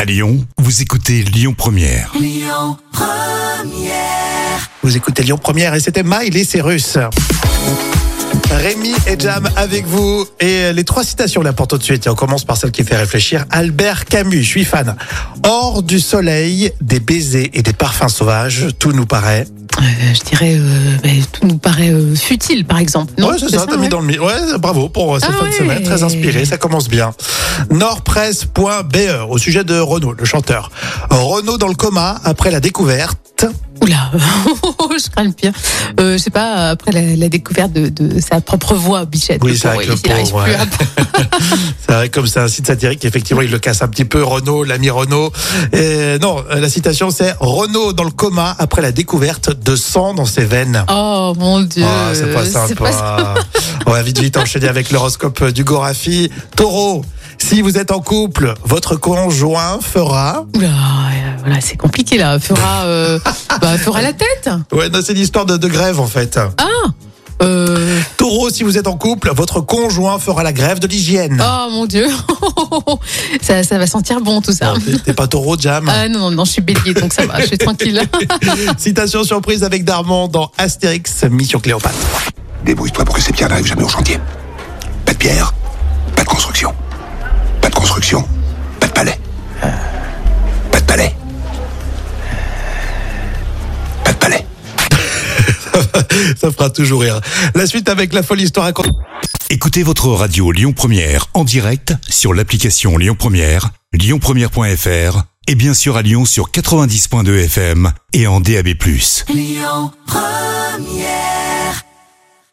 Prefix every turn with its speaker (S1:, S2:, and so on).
S1: À Lyon, vous écoutez Lyon Première.
S2: Vous écoutez Lyon Première et c'était Maïl et Cyrus. Rémi et Jam avec vous. Et les trois citations là pour tout de suite. Et on commence par celle qui fait réfléchir. Albert Camus, je suis fan. Hors du soleil, des baisers et des parfums sauvages, tout nous paraît.
S3: Euh, je dirais, euh, ben, tout nous paraît euh, futile, par exemple. Non,
S2: ouais, c'est ça, t'as mis
S3: ouais.
S2: dans le mi- Ouais, bravo pour euh, cette
S3: Ah
S2: fin de
S3: ouais.
S2: semaine. Très inspiré, ça commence bien. Nordpresse.be E, au sujet de Renaud, le chanteur. Renaud dans le coma après la découverte.
S3: Oula, je crains le pire. Euh, je sais pas, après la, la découverte de, de sa propre voix, Bichette.
S2: Oui,
S3: le
S2: c'est vrai
S3: pauvre,
S2: que le
S3: il- il arrive
S2: pauvre,
S3: plus
S2: ouais.
S3: à-
S2: C'est vrai, comme c'est un site satirique, effectivement, il le casse un petit peu, Renault, l'ami Renault. Et non, euh, la citation, c'est Renault dans le coma après la découverte de sang dans ses veines.
S3: Oh mon dieu.
S2: Ah, c'est pas
S3: C'est
S2: sympa.
S3: pas ça.
S2: On va vite vite enchaîner avec l'horoscope du Gorafi. Taureau, si vous êtes en couple, votre conjoint fera.
S3: Oula, euh, voilà, c'est compliqué là. Fera, euh, bah, fera la tête.
S2: Ouais, non, c'est l'histoire de, de grève en fait.
S3: Ah. Euh,
S2: Taureau, si vous êtes en couple, votre conjoint fera la grève de l'hygiène.
S3: oh mon dieu. ça, ça va sentir bon tout ça.
S2: Non, t'es- T'es pas taureau, Jam.
S3: Ah non, non, non, je suis bélier, donc ça va, je suis tranquille.
S2: Citation surprise avec Darman dans Astérix, Mission Cléopâtre.
S4: Débrouille-toi pour que ces pierres n'arrivent jamais au chantier. Pas de pierre, pas de construction. Pas de construction, pas de palais. Pas de palais. Pas de palais.
S2: Ça fera toujours rire. La suite avec la folle histoire à
S1: Écoutez votre radio Lyon Première en direct sur l'application Lyon Première, lyonpremière.fr et bien sûr à Lyon sur 90.2 FM et en DAB+.